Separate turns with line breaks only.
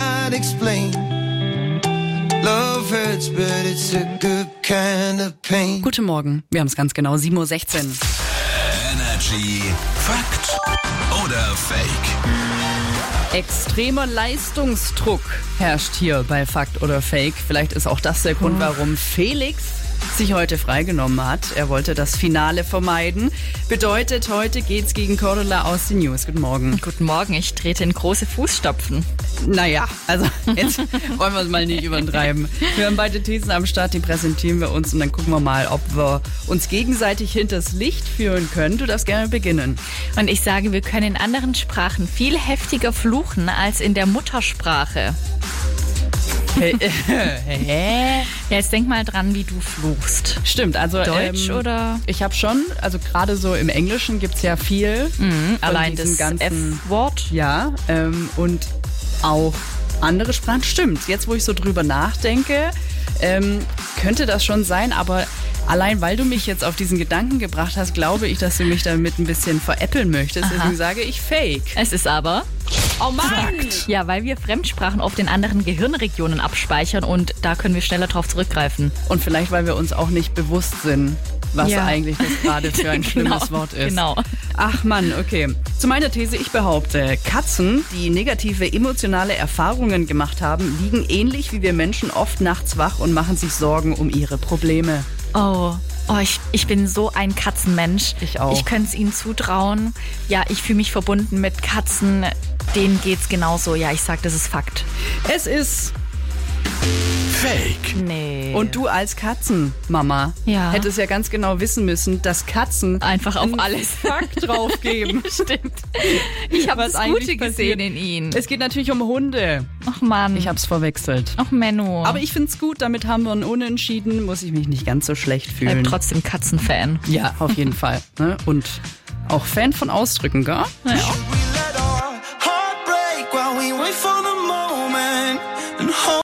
cannot explain. Love hurts, but it's a good kind of pain.
Guten Morgen, wir haben es ganz genau, 7.16 Uhr.
Energy Fakt oder Fake?
Extremer Leistungsdruck herrscht hier bei Fakt oder Fake. Vielleicht ist auch das der Grund, warum Felix sich heute freigenommen hat. Er wollte das Finale vermeiden. Bedeutet, heute geht's gegen Cordula aus den News. Guten Morgen.
Guten Morgen, ich trete in große Fußstapfen.
Naja, also jetzt wollen wir es mal nicht übertreiben. Wir haben beide Thesen am Start, die präsentieren wir uns und dann gucken wir mal, ob wir uns gegenseitig hinters Licht führen können. Du darfst gerne beginnen.
Und ich sage, wir können in anderen Sprachen viel heftiger fluchen als in der Muttersprache.
Hä?
Ja, jetzt denk mal dran, wie du fluchst.
Stimmt, also
Deutsch
ähm,
oder?
Ich habe schon, also gerade so im Englischen gibt's ja viel. von
Mhm. Allein
diesem
das F-Wort.
Ja, ähm, und auch andere Sprachen. Stimmt, jetzt wo ich so drüber nachdenke, ähm, könnte das schon sein, aber allein weil du mich jetzt auf diesen Gedanken gebracht hast, glaube ich, dass du mich damit ein bisschen veräppeln möchtest. Deswegen sage ich fake.
Es ist aber.
Oh Mann!
Ja, weil wir Fremdsprachen oft in anderen Gehirnregionen abspeichern und da können wir schneller drauf zurückgreifen.
Und vielleicht, weil wir uns auch nicht bewusst sind, was
Ja.
eigentlich das gerade für ein
Genau,
schlimmes Wort ist.
genau.
Ach Mann, okay. Zu meiner These, ich behaupte, Katzen, die negative emotionale Erfahrungen gemacht haben, liegen ähnlich wie wir Menschen oft nachts wach und machen sich Sorgen um ihre Probleme.
Oh, oh ich, ich bin so ein Katzenmensch.
Ich auch.
Ich könnte es ihnen zutrauen. Ja, ich fühle mich verbunden mit Katzen. Denen geht's genauso. Ja, ich sag, das ist Fakt.
Es ist,
Fake.
Nee.
und du als Katzenmama
Ja.
hättest ja ganz genau wissen müssen, dass Katzen
einfach auf
einen
alles.
Fuck draufgeben.
Stimmt. Ich habe
Was
das Gute
eigentlich passiert.
gesehen in ihnen.
es geht natürlich um Hunde.
Ach Mann.
Ich hab's verwechselt.
Ach Menno.
Aber ich find's gut, damit haben wir einen Unentschieden, muss ich mich nicht ganz so schlecht
bleib
fühlen.
trotzdem Katzenfan.
ja, auf jeden Fall. Ne? Und auch Fan von Ausdrücken, gell?
Ja.